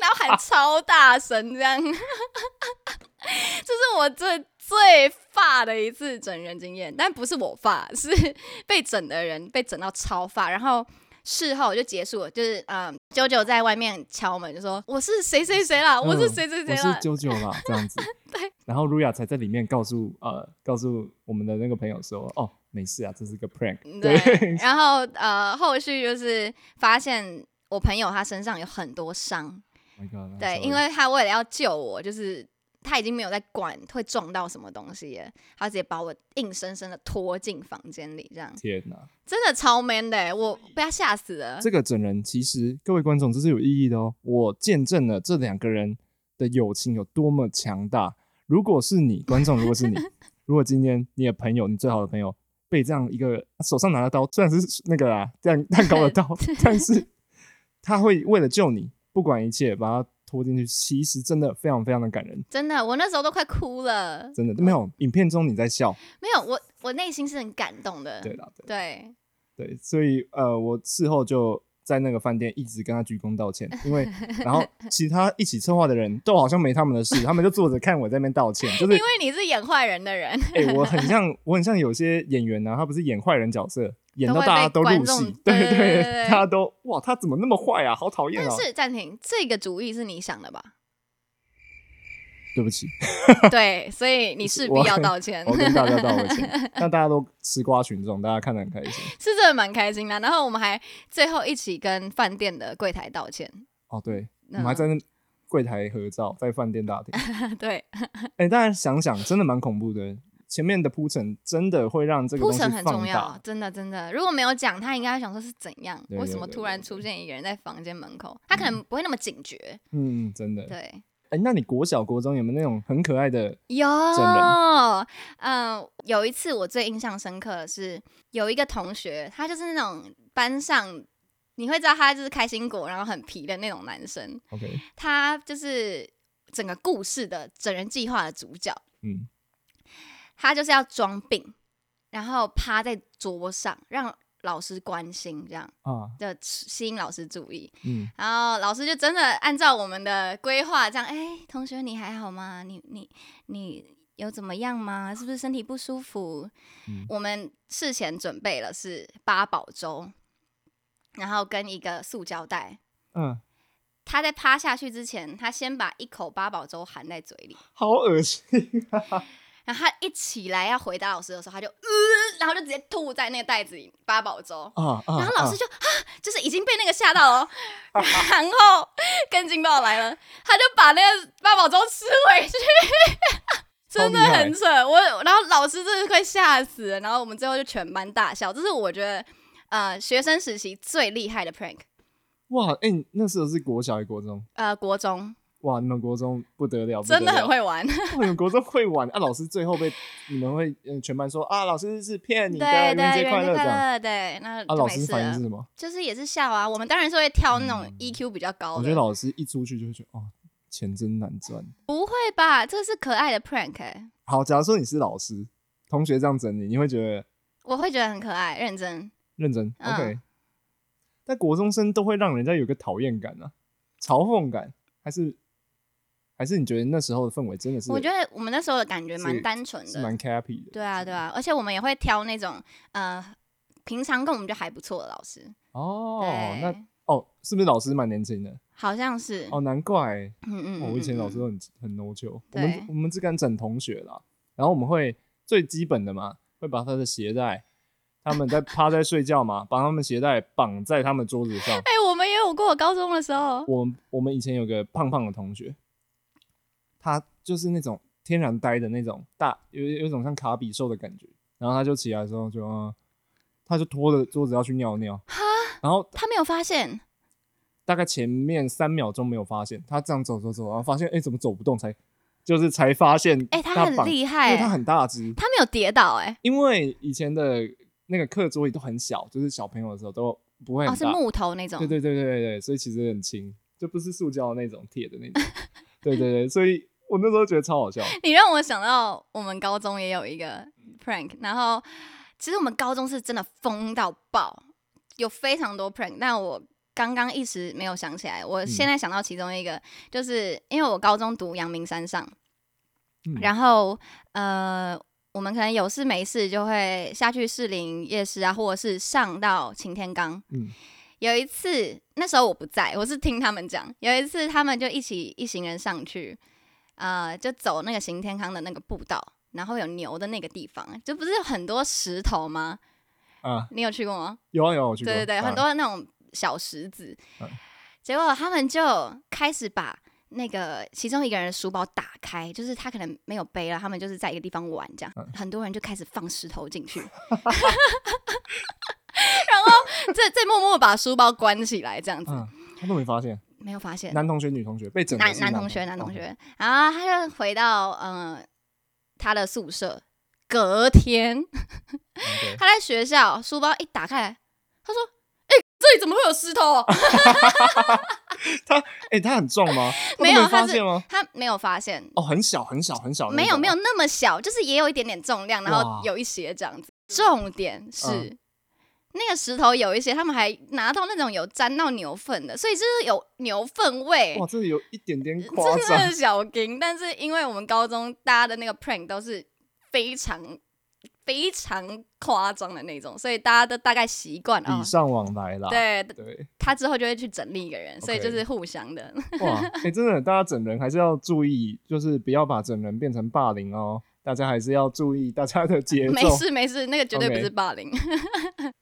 [SPEAKER 1] 然后喊超大声，这样，这 是我最最发的一次整人经验，但不是我发， 是被整的人被整到超发，然后。事后就结束了，就是嗯，九九在外面敲门，就说我是谁谁谁哦啦，我是谁谁谁
[SPEAKER 2] 嗯我
[SPEAKER 1] 啦
[SPEAKER 2] 是，九九啦，这 样子。对。然后露亚才在里面告诉呃，告诉我们的那个朋友说，哦，没事啊，这是个 prank。
[SPEAKER 1] 嗯对，然后呃，后续就是发现我朋友他身上有很多伤，
[SPEAKER 2] Oh my God，
[SPEAKER 1] 对，因为他为了要救我，就是他已经没有在管会撞到什么东西了，他直接把我硬生生的拖进房间里，这样
[SPEAKER 2] 天哪，
[SPEAKER 1] 真的超 man 的欸，我被他吓死了。
[SPEAKER 2] 这个整人其实各位观众这是有意义的哦。我见证了这两个人的友情有多么强大。如果是你，观众，如果是你，如果今天你的朋友，你最好的朋友被这样一个手上拿着刀，虽然是那个啊蛋蛋糕的刀，但是他会为了救你，不管一切把他拖进去，其实真的非常非常的感人。
[SPEAKER 1] 真的，我那时候都快哭了。
[SPEAKER 2] 真的没有，影片中你在笑，
[SPEAKER 1] 没有，我我内心是很感动的。
[SPEAKER 2] 对啦，对
[SPEAKER 1] 对
[SPEAKER 2] 对，所以呃，我事后就在那个饭店一直跟他鞠躬道歉，因为然后其他一起策划的人都好像没他们的事，他们就坐着看我在那边道歉，就是
[SPEAKER 1] 因为你是演坏人的人，
[SPEAKER 2] 哎、我很像我很像有些演员呢、啊，他不是演坏人角色，演
[SPEAKER 1] 都
[SPEAKER 2] 到
[SPEAKER 1] 会
[SPEAKER 2] 大
[SPEAKER 1] 被
[SPEAKER 2] 家都入
[SPEAKER 1] 观众
[SPEAKER 2] 戏，
[SPEAKER 1] 对对
[SPEAKER 2] 对
[SPEAKER 1] 对对
[SPEAKER 2] 大家都哇，他怎么那么坏啊，好讨厌
[SPEAKER 1] 但
[SPEAKER 2] 啊！
[SPEAKER 1] 是暂停，这个主意是你想的吧？
[SPEAKER 2] 对不起，
[SPEAKER 1] 对，所以你势必
[SPEAKER 2] 我
[SPEAKER 1] 要道歉。
[SPEAKER 2] 我跟大家道个 歉，但大家都吃瓜群众，大家看得很开心。
[SPEAKER 1] 是真的蛮开心的。啊然后我们还最后一起跟饭店的柜台道歉。
[SPEAKER 2] 哦，对，
[SPEAKER 1] 嗯
[SPEAKER 2] 我们还在那柜台合照，在饭店大厅。
[SPEAKER 1] 对，
[SPEAKER 2] 哎、当然想想，真的蛮恐怖的。前面的铺陈真的会让这个
[SPEAKER 1] 铺
[SPEAKER 2] 东西
[SPEAKER 1] 陈很重
[SPEAKER 2] 放
[SPEAKER 1] 要
[SPEAKER 2] 大，，
[SPEAKER 1] 真的真的。如果没有讲，他应该会想说是怎样，
[SPEAKER 2] 对
[SPEAKER 1] 为什么
[SPEAKER 2] 对对
[SPEAKER 1] 突然出现一个人在房间门口，他可能不会那么警觉。
[SPEAKER 2] 嗯，真的。
[SPEAKER 1] 对，
[SPEAKER 2] 哎、那你国小、国中有没有那种很可爱的？
[SPEAKER 1] 有
[SPEAKER 2] 真人，
[SPEAKER 1] 嗯，有一次我最印象深刻的是有一个同学，他就是那种班上。你会知道他就是开心果，然后很皮的那种男生，
[SPEAKER 2] OK，
[SPEAKER 1] 他就是整个故事的整人计划的主角。
[SPEAKER 2] 嗯，
[SPEAKER 1] 他就是要装病，然后趴在桌上让老师关心，这样
[SPEAKER 2] 啊，
[SPEAKER 1] 就吸引老师注意。
[SPEAKER 2] 嗯，
[SPEAKER 1] 然后老师就真的按照我们的规划，这样，哎、同学你还好吗？你你你有怎么样吗？是不是身体不舒服？
[SPEAKER 2] 嗯
[SPEAKER 1] 我们事前准备了是八宝粥，然后跟一个塑胶袋。
[SPEAKER 2] 嗯，
[SPEAKER 1] 他在趴下去之前，他先把一口八宝粥含在嘴里，
[SPEAKER 2] 好恶心啊！
[SPEAKER 1] 然后他一起来要回答老师的时候，他就嗯、然后就直接吐在那个袋子里八宝粥。
[SPEAKER 2] 啊啊
[SPEAKER 1] 然后老师就啊就是已经被那个吓到了哦， 然后更劲爆来了，他就把那个八宝粥吃回去，
[SPEAKER 2] 超
[SPEAKER 1] 真
[SPEAKER 2] 厉
[SPEAKER 1] 的
[SPEAKER 2] 害
[SPEAKER 1] 很扯。我然后老师真的快吓死了，然后我们最后就全班大笑，这是我觉得呃学生时期最厉害的 prank。
[SPEAKER 2] 哇，哎、你那时候是国小还是国中？
[SPEAKER 1] 呃，国中
[SPEAKER 2] 哇，你们国中不得了，不得
[SPEAKER 1] 真的很
[SPEAKER 2] 了
[SPEAKER 1] 会玩，
[SPEAKER 2] 哇你们国中会玩啊！老师最后被你们会嗯全班说啊，老师是骗你的，
[SPEAKER 1] 对
[SPEAKER 2] 人
[SPEAKER 1] 对，
[SPEAKER 2] 节快
[SPEAKER 1] 人
[SPEAKER 2] 乐
[SPEAKER 1] 家
[SPEAKER 2] 这样。
[SPEAKER 1] 快乐，对，那
[SPEAKER 2] 啊，
[SPEAKER 1] 就
[SPEAKER 2] 老
[SPEAKER 1] 没
[SPEAKER 2] 师
[SPEAKER 1] 事
[SPEAKER 2] 反应
[SPEAKER 1] 了
[SPEAKER 2] 是。什么？
[SPEAKER 1] 就是也是笑啊，我们当然是会挑那种 EQ 比较高的。
[SPEAKER 2] 我觉得老师一出去就会觉得哦，钱真难赚。
[SPEAKER 1] 不会吧，这是可爱的 prank 哎、
[SPEAKER 2] 好，假如说你是老师，同学这样整你，你会觉得
[SPEAKER 1] 我会觉得很可爱，认真。
[SPEAKER 2] 认真、
[SPEAKER 1] 嗯
[SPEAKER 2] OK？但国中生都会让人家有个讨厌感啊，嘲讽感，还是还是你觉得那时候的氛围真的是
[SPEAKER 1] 我觉得我们那时候的感觉蛮
[SPEAKER 2] 是
[SPEAKER 1] 单纯
[SPEAKER 2] 是
[SPEAKER 1] 的，
[SPEAKER 2] 蛮 happy 的？
[SPEAKER 1] 对啊对啊，而且我们也会挑那种呃平常跟我们就还不错的老师，
[SPEAKER 2] 哦，
[SPEAKER 1] 对，
[SPEAKER 2] 那哦，是不是老师蛮年轻的？
[SPEAKER 1] 好像是，
[SPEAKER 2] 哦，难怪、
[SPEAKER 1] 嗯嗯，
[SPEAKER 2] 哦，我以前
[SPEAKER 1] 嗯
[SPEAKER 2] 老师都很很 no 球，我
[SPEAKER 1] 对
[SPEAKER 2] 们我们只敢整同学啦，然后我们会最基本的嘛，会把他的鞋带，他们在趴在睡觉嘛，把他们鞋带绑在他们桌子上。
[SPEAKER 1] 哎、我们也有过，高中的时候，
[SPEAKER 2] 我们我们以前有个胖胖的同学，他就是那种天然呆的那种大，有有一种像卡比兽的感觉，然后他就起来的时候就，呃他就拖着桌子要去尿尿， 然后
[SPEAKER 1] 他没有发现，
[SPEAKER 2] 大概前面三秒钟没有发现，他这样走走走，然后发现哎、诶怎么走不动才，就是才发现
[SPEAKER 1] 哎、他很
[SPEAKER 2] 绑
[SPEAKER 1] 厉
[SPEAKER 2] 因
[SPEAKER 1] 害、欸
[SPEAKER 2] 为他很大只，
[SPEAKER 1] 他没有跌倒、哎，
[SPEAKER 2] 因为以前的那个课桌椅都很小，就是小朋友的时候都不会
[SPEAKER 1] 哦
[SPEAKER 2] 很
[SPEAKER 1] 是
[SPEAKER 2] 大，
[SPEAKER 1] 木头那种，
[SPEAKER 2] 对对对对对对，所以其实很轻，就不是塑胶的那种，铁的 那种，对对对，所以我那时候觉得超好笑，
[SPEAKER 1] 你让我想到我们高中也有一个 prank，然后其实我们高中是真的疯到爆，有非常多 prank，但我刚刚一时没有想起来。我现在想到其中一个，就是因为我高中读阳明山上，
[SPEAKER 2] 嗯
[SPEAKER 1] 然后呃，我们可能有事没事就会下去士林夜市啊，或者是上到擎天岗。
[SPEAKER 2] 嗯
[SPEAKER 1] 有一次，那时候我不在，我是听他们讲。有一次，他们就一起一行人上去，呃，就走那个行天康的那个步道，然后有牛的那个地方，就不是有很多石头吗？
[SPEAKER 2] 啊，
[SPEAKER 1] 你有去过吗？
[SPEAKER 2] 有啊有啊，我去过，
[SPEAKER 1] 对对对，
[SPEAKER 2] 啊
[SPEAKER 1] 很多那种小石子。
[SPEAKER 2] 嗯
[SPEAKER 1] 结果他们就开始把那个其中一个人的书包打开，就是他可能没有背了，他们就是在一个地方玩这样，
[SPEAKER 2] 嗯
[SPEAKER 1] 很多人就开始放石头进 去，然后再再默默把书包关起来这样子，
[SPEAKER 2] 嗯，他都没发现，
[SPEAKER 1] 没有发现。
[SPEAKER 2] 男同学女同学被整的嗯
[SPEAKER 1] 男
[SPEAKER 2] 是
[SPEAKER 1] 男同学，男同，学，然后他就回到嗯、呃他的宿舍，隔天
[SPEAKER 2] 哦，OK
[SPEAKER 1] 他在学校书包一打开来，他说：“哎、这里怎么会有石头？”
[SPEAKER 2] 哎，他很重吗？他都
[SPEAKER 1] 没有，
[SPEAKER 2] 发
[SPEAKER 1] 他是
[SPEAKER 2] 现吗？
[SPEAKER 1] 他没有发现，
[SPEAKER 2] 哦，很小很小很小哦那
[SPEAKER 1] 没
[SPEAKER 2] 种，啊
[SPEAKER 1] 有没有那么小，就是也有一点点重量，然后
[SPEAKER 2] 哇
[SPEAKER 1] 有一些这样子。重点是、
[SPEAKER 2] 嗯
[SPEAKER 1] 那个石头有一些，他们还拿到那种有沾到牛粪的，所以就是有牛粪味。
[SPEAKER 2] 哇，这有一点点夸
[SPEAKER 1] 真的
[SPEAKER 2] 张
[SPEAKER 1] 很，小金，但是因为我们高中大家的那个 prank 都是非常非常夸张的那种，所以大家都大概习惯哦
[SPEAKER 2] 礼。尚往来啦。
[SPEAKER 1] 对
[SPEAKER 2] 对，
[SPEAKER 1] 他之后就会去整理一个人，所以就
[SPEAKER 2] 啊 OK
[SPEAKER 1] 是互相的。
[SPEAKER 2] 哇，哎、真的，大家整人还是要注意，就是不要把整人变成霸凌哦。大家还是要注意大家的节 奏。
[SPEAKER 1] 没事没事，那个绝对不
[SPEAKER 2] OK
[SPEAKER 1] 是霸凌。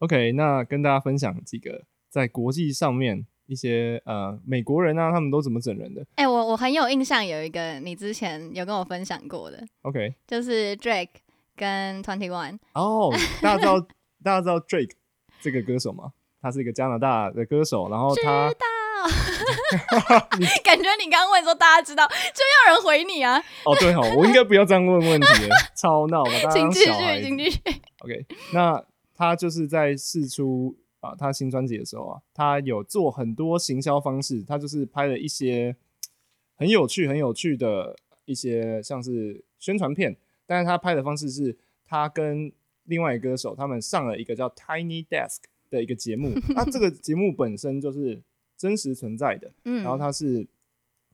[SPEAKER 2] OK，那跟大家分享几个在国际上面一些呃美国人啊，他们都怎么整人的。
[SPEAKER 1] 哎、我我很有印象，有一个你之前有跟我分享过的，
[SPEAKER 2] OK，
[SPEAKER 1] 就是 Drake 跟 Twenty One，
[SPEAKER 2] 哦、大家知道大家知道 Drake 这个歌手吗？他是一个加拿大的歌手，然后他
[SPEAKER 1] 感觉你刚刚问说大家知道，就要有人回你啊，
[SPEAKER 2] 哦对哦，我应该不要这样问问题， 超闹嘛，大家
[SPEAKER 1] 请
[SPEAKER 2] 当
[SPEAKER 1] 继
[SPEAKER 2] 小孩
[SPEAKER 1] 续，
[SPEAKER 2] 子
[SPEAKER 1] 请继续。
[SPEAKER 2] OK，那 他就是在试出啊、他新专辑的时候啊，他有做很多行销方式，他就是拍了一些很有趣、很有趣的一些像是宣传片，但是他拍的方式是他跟另外一个歌手他们上了一个叫 Tiny Desk 的一个节目，那这个节目本身就是真实存在的，
[SPEAKER 1] 嗯，
[SPEAKER 2] 然后它是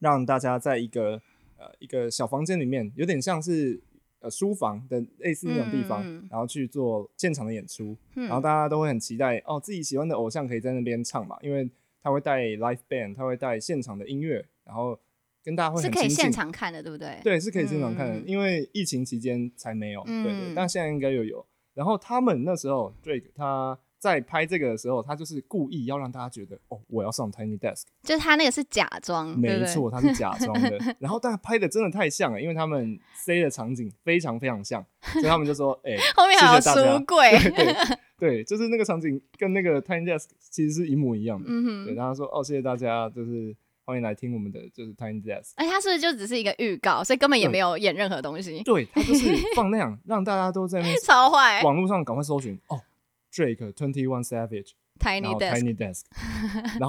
[SPEAKER 2] 让大家在一个呃一个小房间里面，有点像是呃书房的类似那种地方，
[SPEAKER 1] 嗯嗯
[SPEAKER 2] 然后去做现场的演出，
[SPEAKER 1] 嗯
[SPEAKER 2] 然后大家都会很期待哦，自己喜欢的偶像可以在那边唱嘛，因为他会带 live band，他会带现场的音乐，然后跟大家会
[SPEAKER 1] 是
[SPEAKER 2] 很
[SPEAKER 1] 可以
[SPEAKER 2] 亲近
[SPEAKER 1] 现场看的，对不对？，
[SPEAKER 2] 对，是可以现场看的，
[SPEAKER 1] 嗯
[SPEAKER 2] 因为疫情期间才没有，对
[SPEAKER 1] 嗯
[SPEAKER 2] 对，但现在应该又有。然后他们那时候 Drake 他在拍这个的时候，他就是故意要让大家觉得，哦，我要上 Tiny Desk，
[SPEAKER 1] 就是他那个是假装，对
[SPEAKER 2] 没
[SPEAKER 1] 不对
[SPEAKER 2] 错，他是假装的。 然后但他拍的真的太像了，因为他们 C 的场景非常非常像，所以他们就说， 哎、
[SPEAKER 1] 后面还有
[SPEAKER 2] 谢谢大家
[SPEAKER 1] 书柜，
[SPEAKER 2] 对对，就是那个场景跟那个 Tiny Desk 其实是一模一样的。
[SPEAKER 1] 嗯
[SPEAKER 2] 对，
[SPEAKER 1] 哼。
[SPEAKER 2] 然后他说，哦，谢谢大家，就是欢迎来听我们的就是 Tiny Desk。
[SPEAKER 1] 而且哎他是不是就只是一个预告，所以根本也
[SPEAKER 2] 对
[SPEAKER 1] 没有演任何东西，
[SPEAKER 2] 对 他就是放那样，让大家都在那边
[SPEAKER 1] 超坏
[SPEAKER 2] 网络上赶快搜寻哦，Drake Twenty One Savage，然
[SPEAKER 1] ，Tiny
[SPEAKER 2] 后
[SPEAKER 1] Desk，
[SPEAKER 2] Tiny Desk，然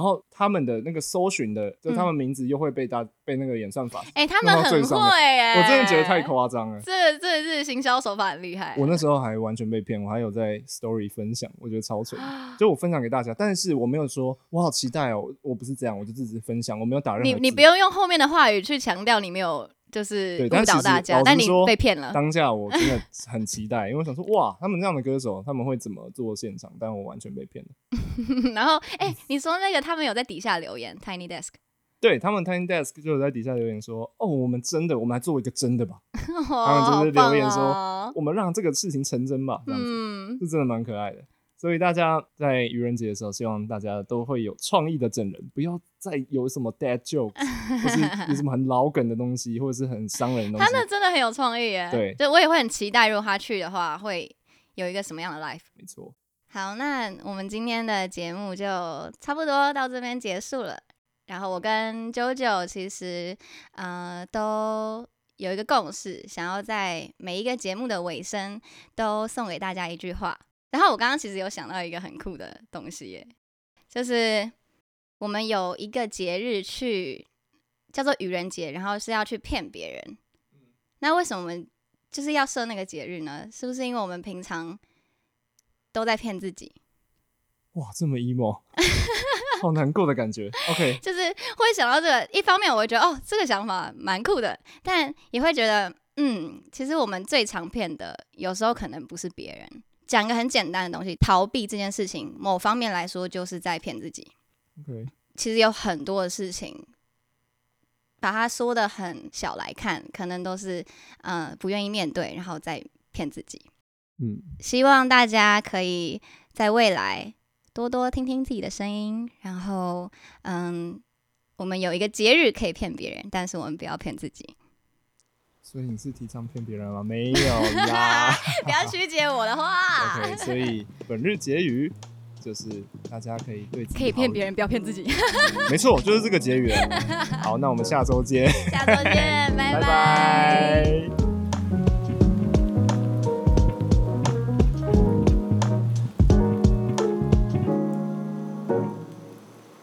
[SPEAKER 2] 后他们的那个搜寻的，就
[SPEAKER 1] 嗯
[SPEAKER 2] 他们名字又会被大被那个演算法，
[SPEAKER 1] 哎、他
[SPEAKER 2] 弄
[SPEAKER 1] 们
[SPEAKER 2] 到最
[SPEAKER 1] 很
[SPEAKER 2] 上
[SPEAKER 1] 会哎、
[SPEAKER 2] 我真的觉得太夸张 了。
[SPEAKER 1] 这个这个是行销手法很厉害。
[SPEAKER 2] 我那时候还完全被骗，我还有在 story 分享，我觉得超蠢，
[SPEAKER 1] 啊
[SPEAKER 2] 就我分享给大家，但是我没有说我好期待哦，我我不是这样，我就只是分享，我没有打任何
[SPEAKER 1] 你你
[SPEAKER 2] 字
[SPEAKER 1] 不用用后面的话语去强调你没有就是
[SPEAKER 2] 对，
[SPEAKER 1] 误
[SPEAKER 2] 但其
[SPEAKER 1] 导
[SPEAKER 2] 实
[SPEAKER 1] 大家
[SPEAKER 2] 老，
[SPEAKER 1] 但
[SPEAKER 2] 实
[SPEAKER 1] 你
[SPEAKER 2] 说
[SPEAKER 1] 被骗了。
[SPEAKER 2] 当下我真的很期待，因为我想说哇，他们这样的歌手他们会怎么做现场，但我完全被骗了。
[SPEAKER 1] 然后哎、
[SPEAKER 2] 嗯
[SPEAKER 1] 你说那个他们有在底下留言 Tiny Desk，
[SPEAKER 2] 对他们 Tiny Desk 就有在底下留言说，哦，我们真的，我们来做一个真的吧，
[SPEAKER 1] 哦、
[SPEAKER 2] 他
[SPEAKER 1] 好
[SPEAKER 2] 们就是
[SPEAKER 1] 棒
[SPEAKER 2] 留言说
[SPEAKER 1] 哦、
[SPEAKER 2] 我们让这个事情成真吧，这样子，
[SPEAKER 1] 嗯，
[SPEAKER 2] 这真的蛮可爱的。所以大家在愚人节的时候，希望大家都会有创意的整人，不要再有什么 dad joke，或是有什么很老梗的东西，或者是很伤人的东
[SPEAKER 1] 他
[SPEAKER 2] 西。
[SPEAKER 1] 那真的很有创意耶。
[SPEAKER 2] 对
[SPEAKER 1] 就我也会很期待，如果他去的话，会有一个什么样的 life。
[SPEAKER 2] 没错，
[SPEAKER 1] 好，那我们今天的节目就差不多到这边结束了。然后我跟 JoJo 其实呃都有一个共识，想要在每一个节目的尾声都送给大家一句话。然后我刚刚其实有想到一个很酷的东西耶，就是我们有一个节日去叫做愚人节，然后是要去骗别人。那为什么我们就是要设那个节日呢？是不是因为我们平常都在骗自己，
[SPEAKER 2] 哇，这么 emo，好难过的感觉。OK，
[SPEAKER 1] 就是会想到这个。一方面，我会觉得哦，这个想法蛮酷的，但也会觉得，嗯，其实我们最常骗的，有时候可能不是别人。讲一个很简单的东西，逃避这件事情，某方面来说就是在骗自己。
[SPEAKER 2] OK，
[SPEAKER 1] 其实有很多的事情，把它说的很小来看，可能都是呃不愿意面对，然后再骗自己。
[SPEAKER 3] 嗯，
[SPEAKER 1] 希望大家可以在未来多多听听自己的声音，然后嗯，我们有一个节日可以骗别人，但是我们不要骗自己，
[SPEAKER 2] 所以你是提倡骗别人吗？没有 啦。
[SPEAKER 1] 不要曲解我的话。
[SPEAKER 2] OK，所以本日结语就是大家可以对自己
[SPEAKER 1] 可以骗别
[SPEAKER 2] 人，
[SPEAKER 1] 人，不要骗自己。
[SPEAKER 2] 没错，就是这个 结语了。好，那我们下周见，
[SPEAKER 1] 下周见，拜
[SPEAKER 2] 拜拜。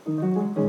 [SPEAKER 3] 嗯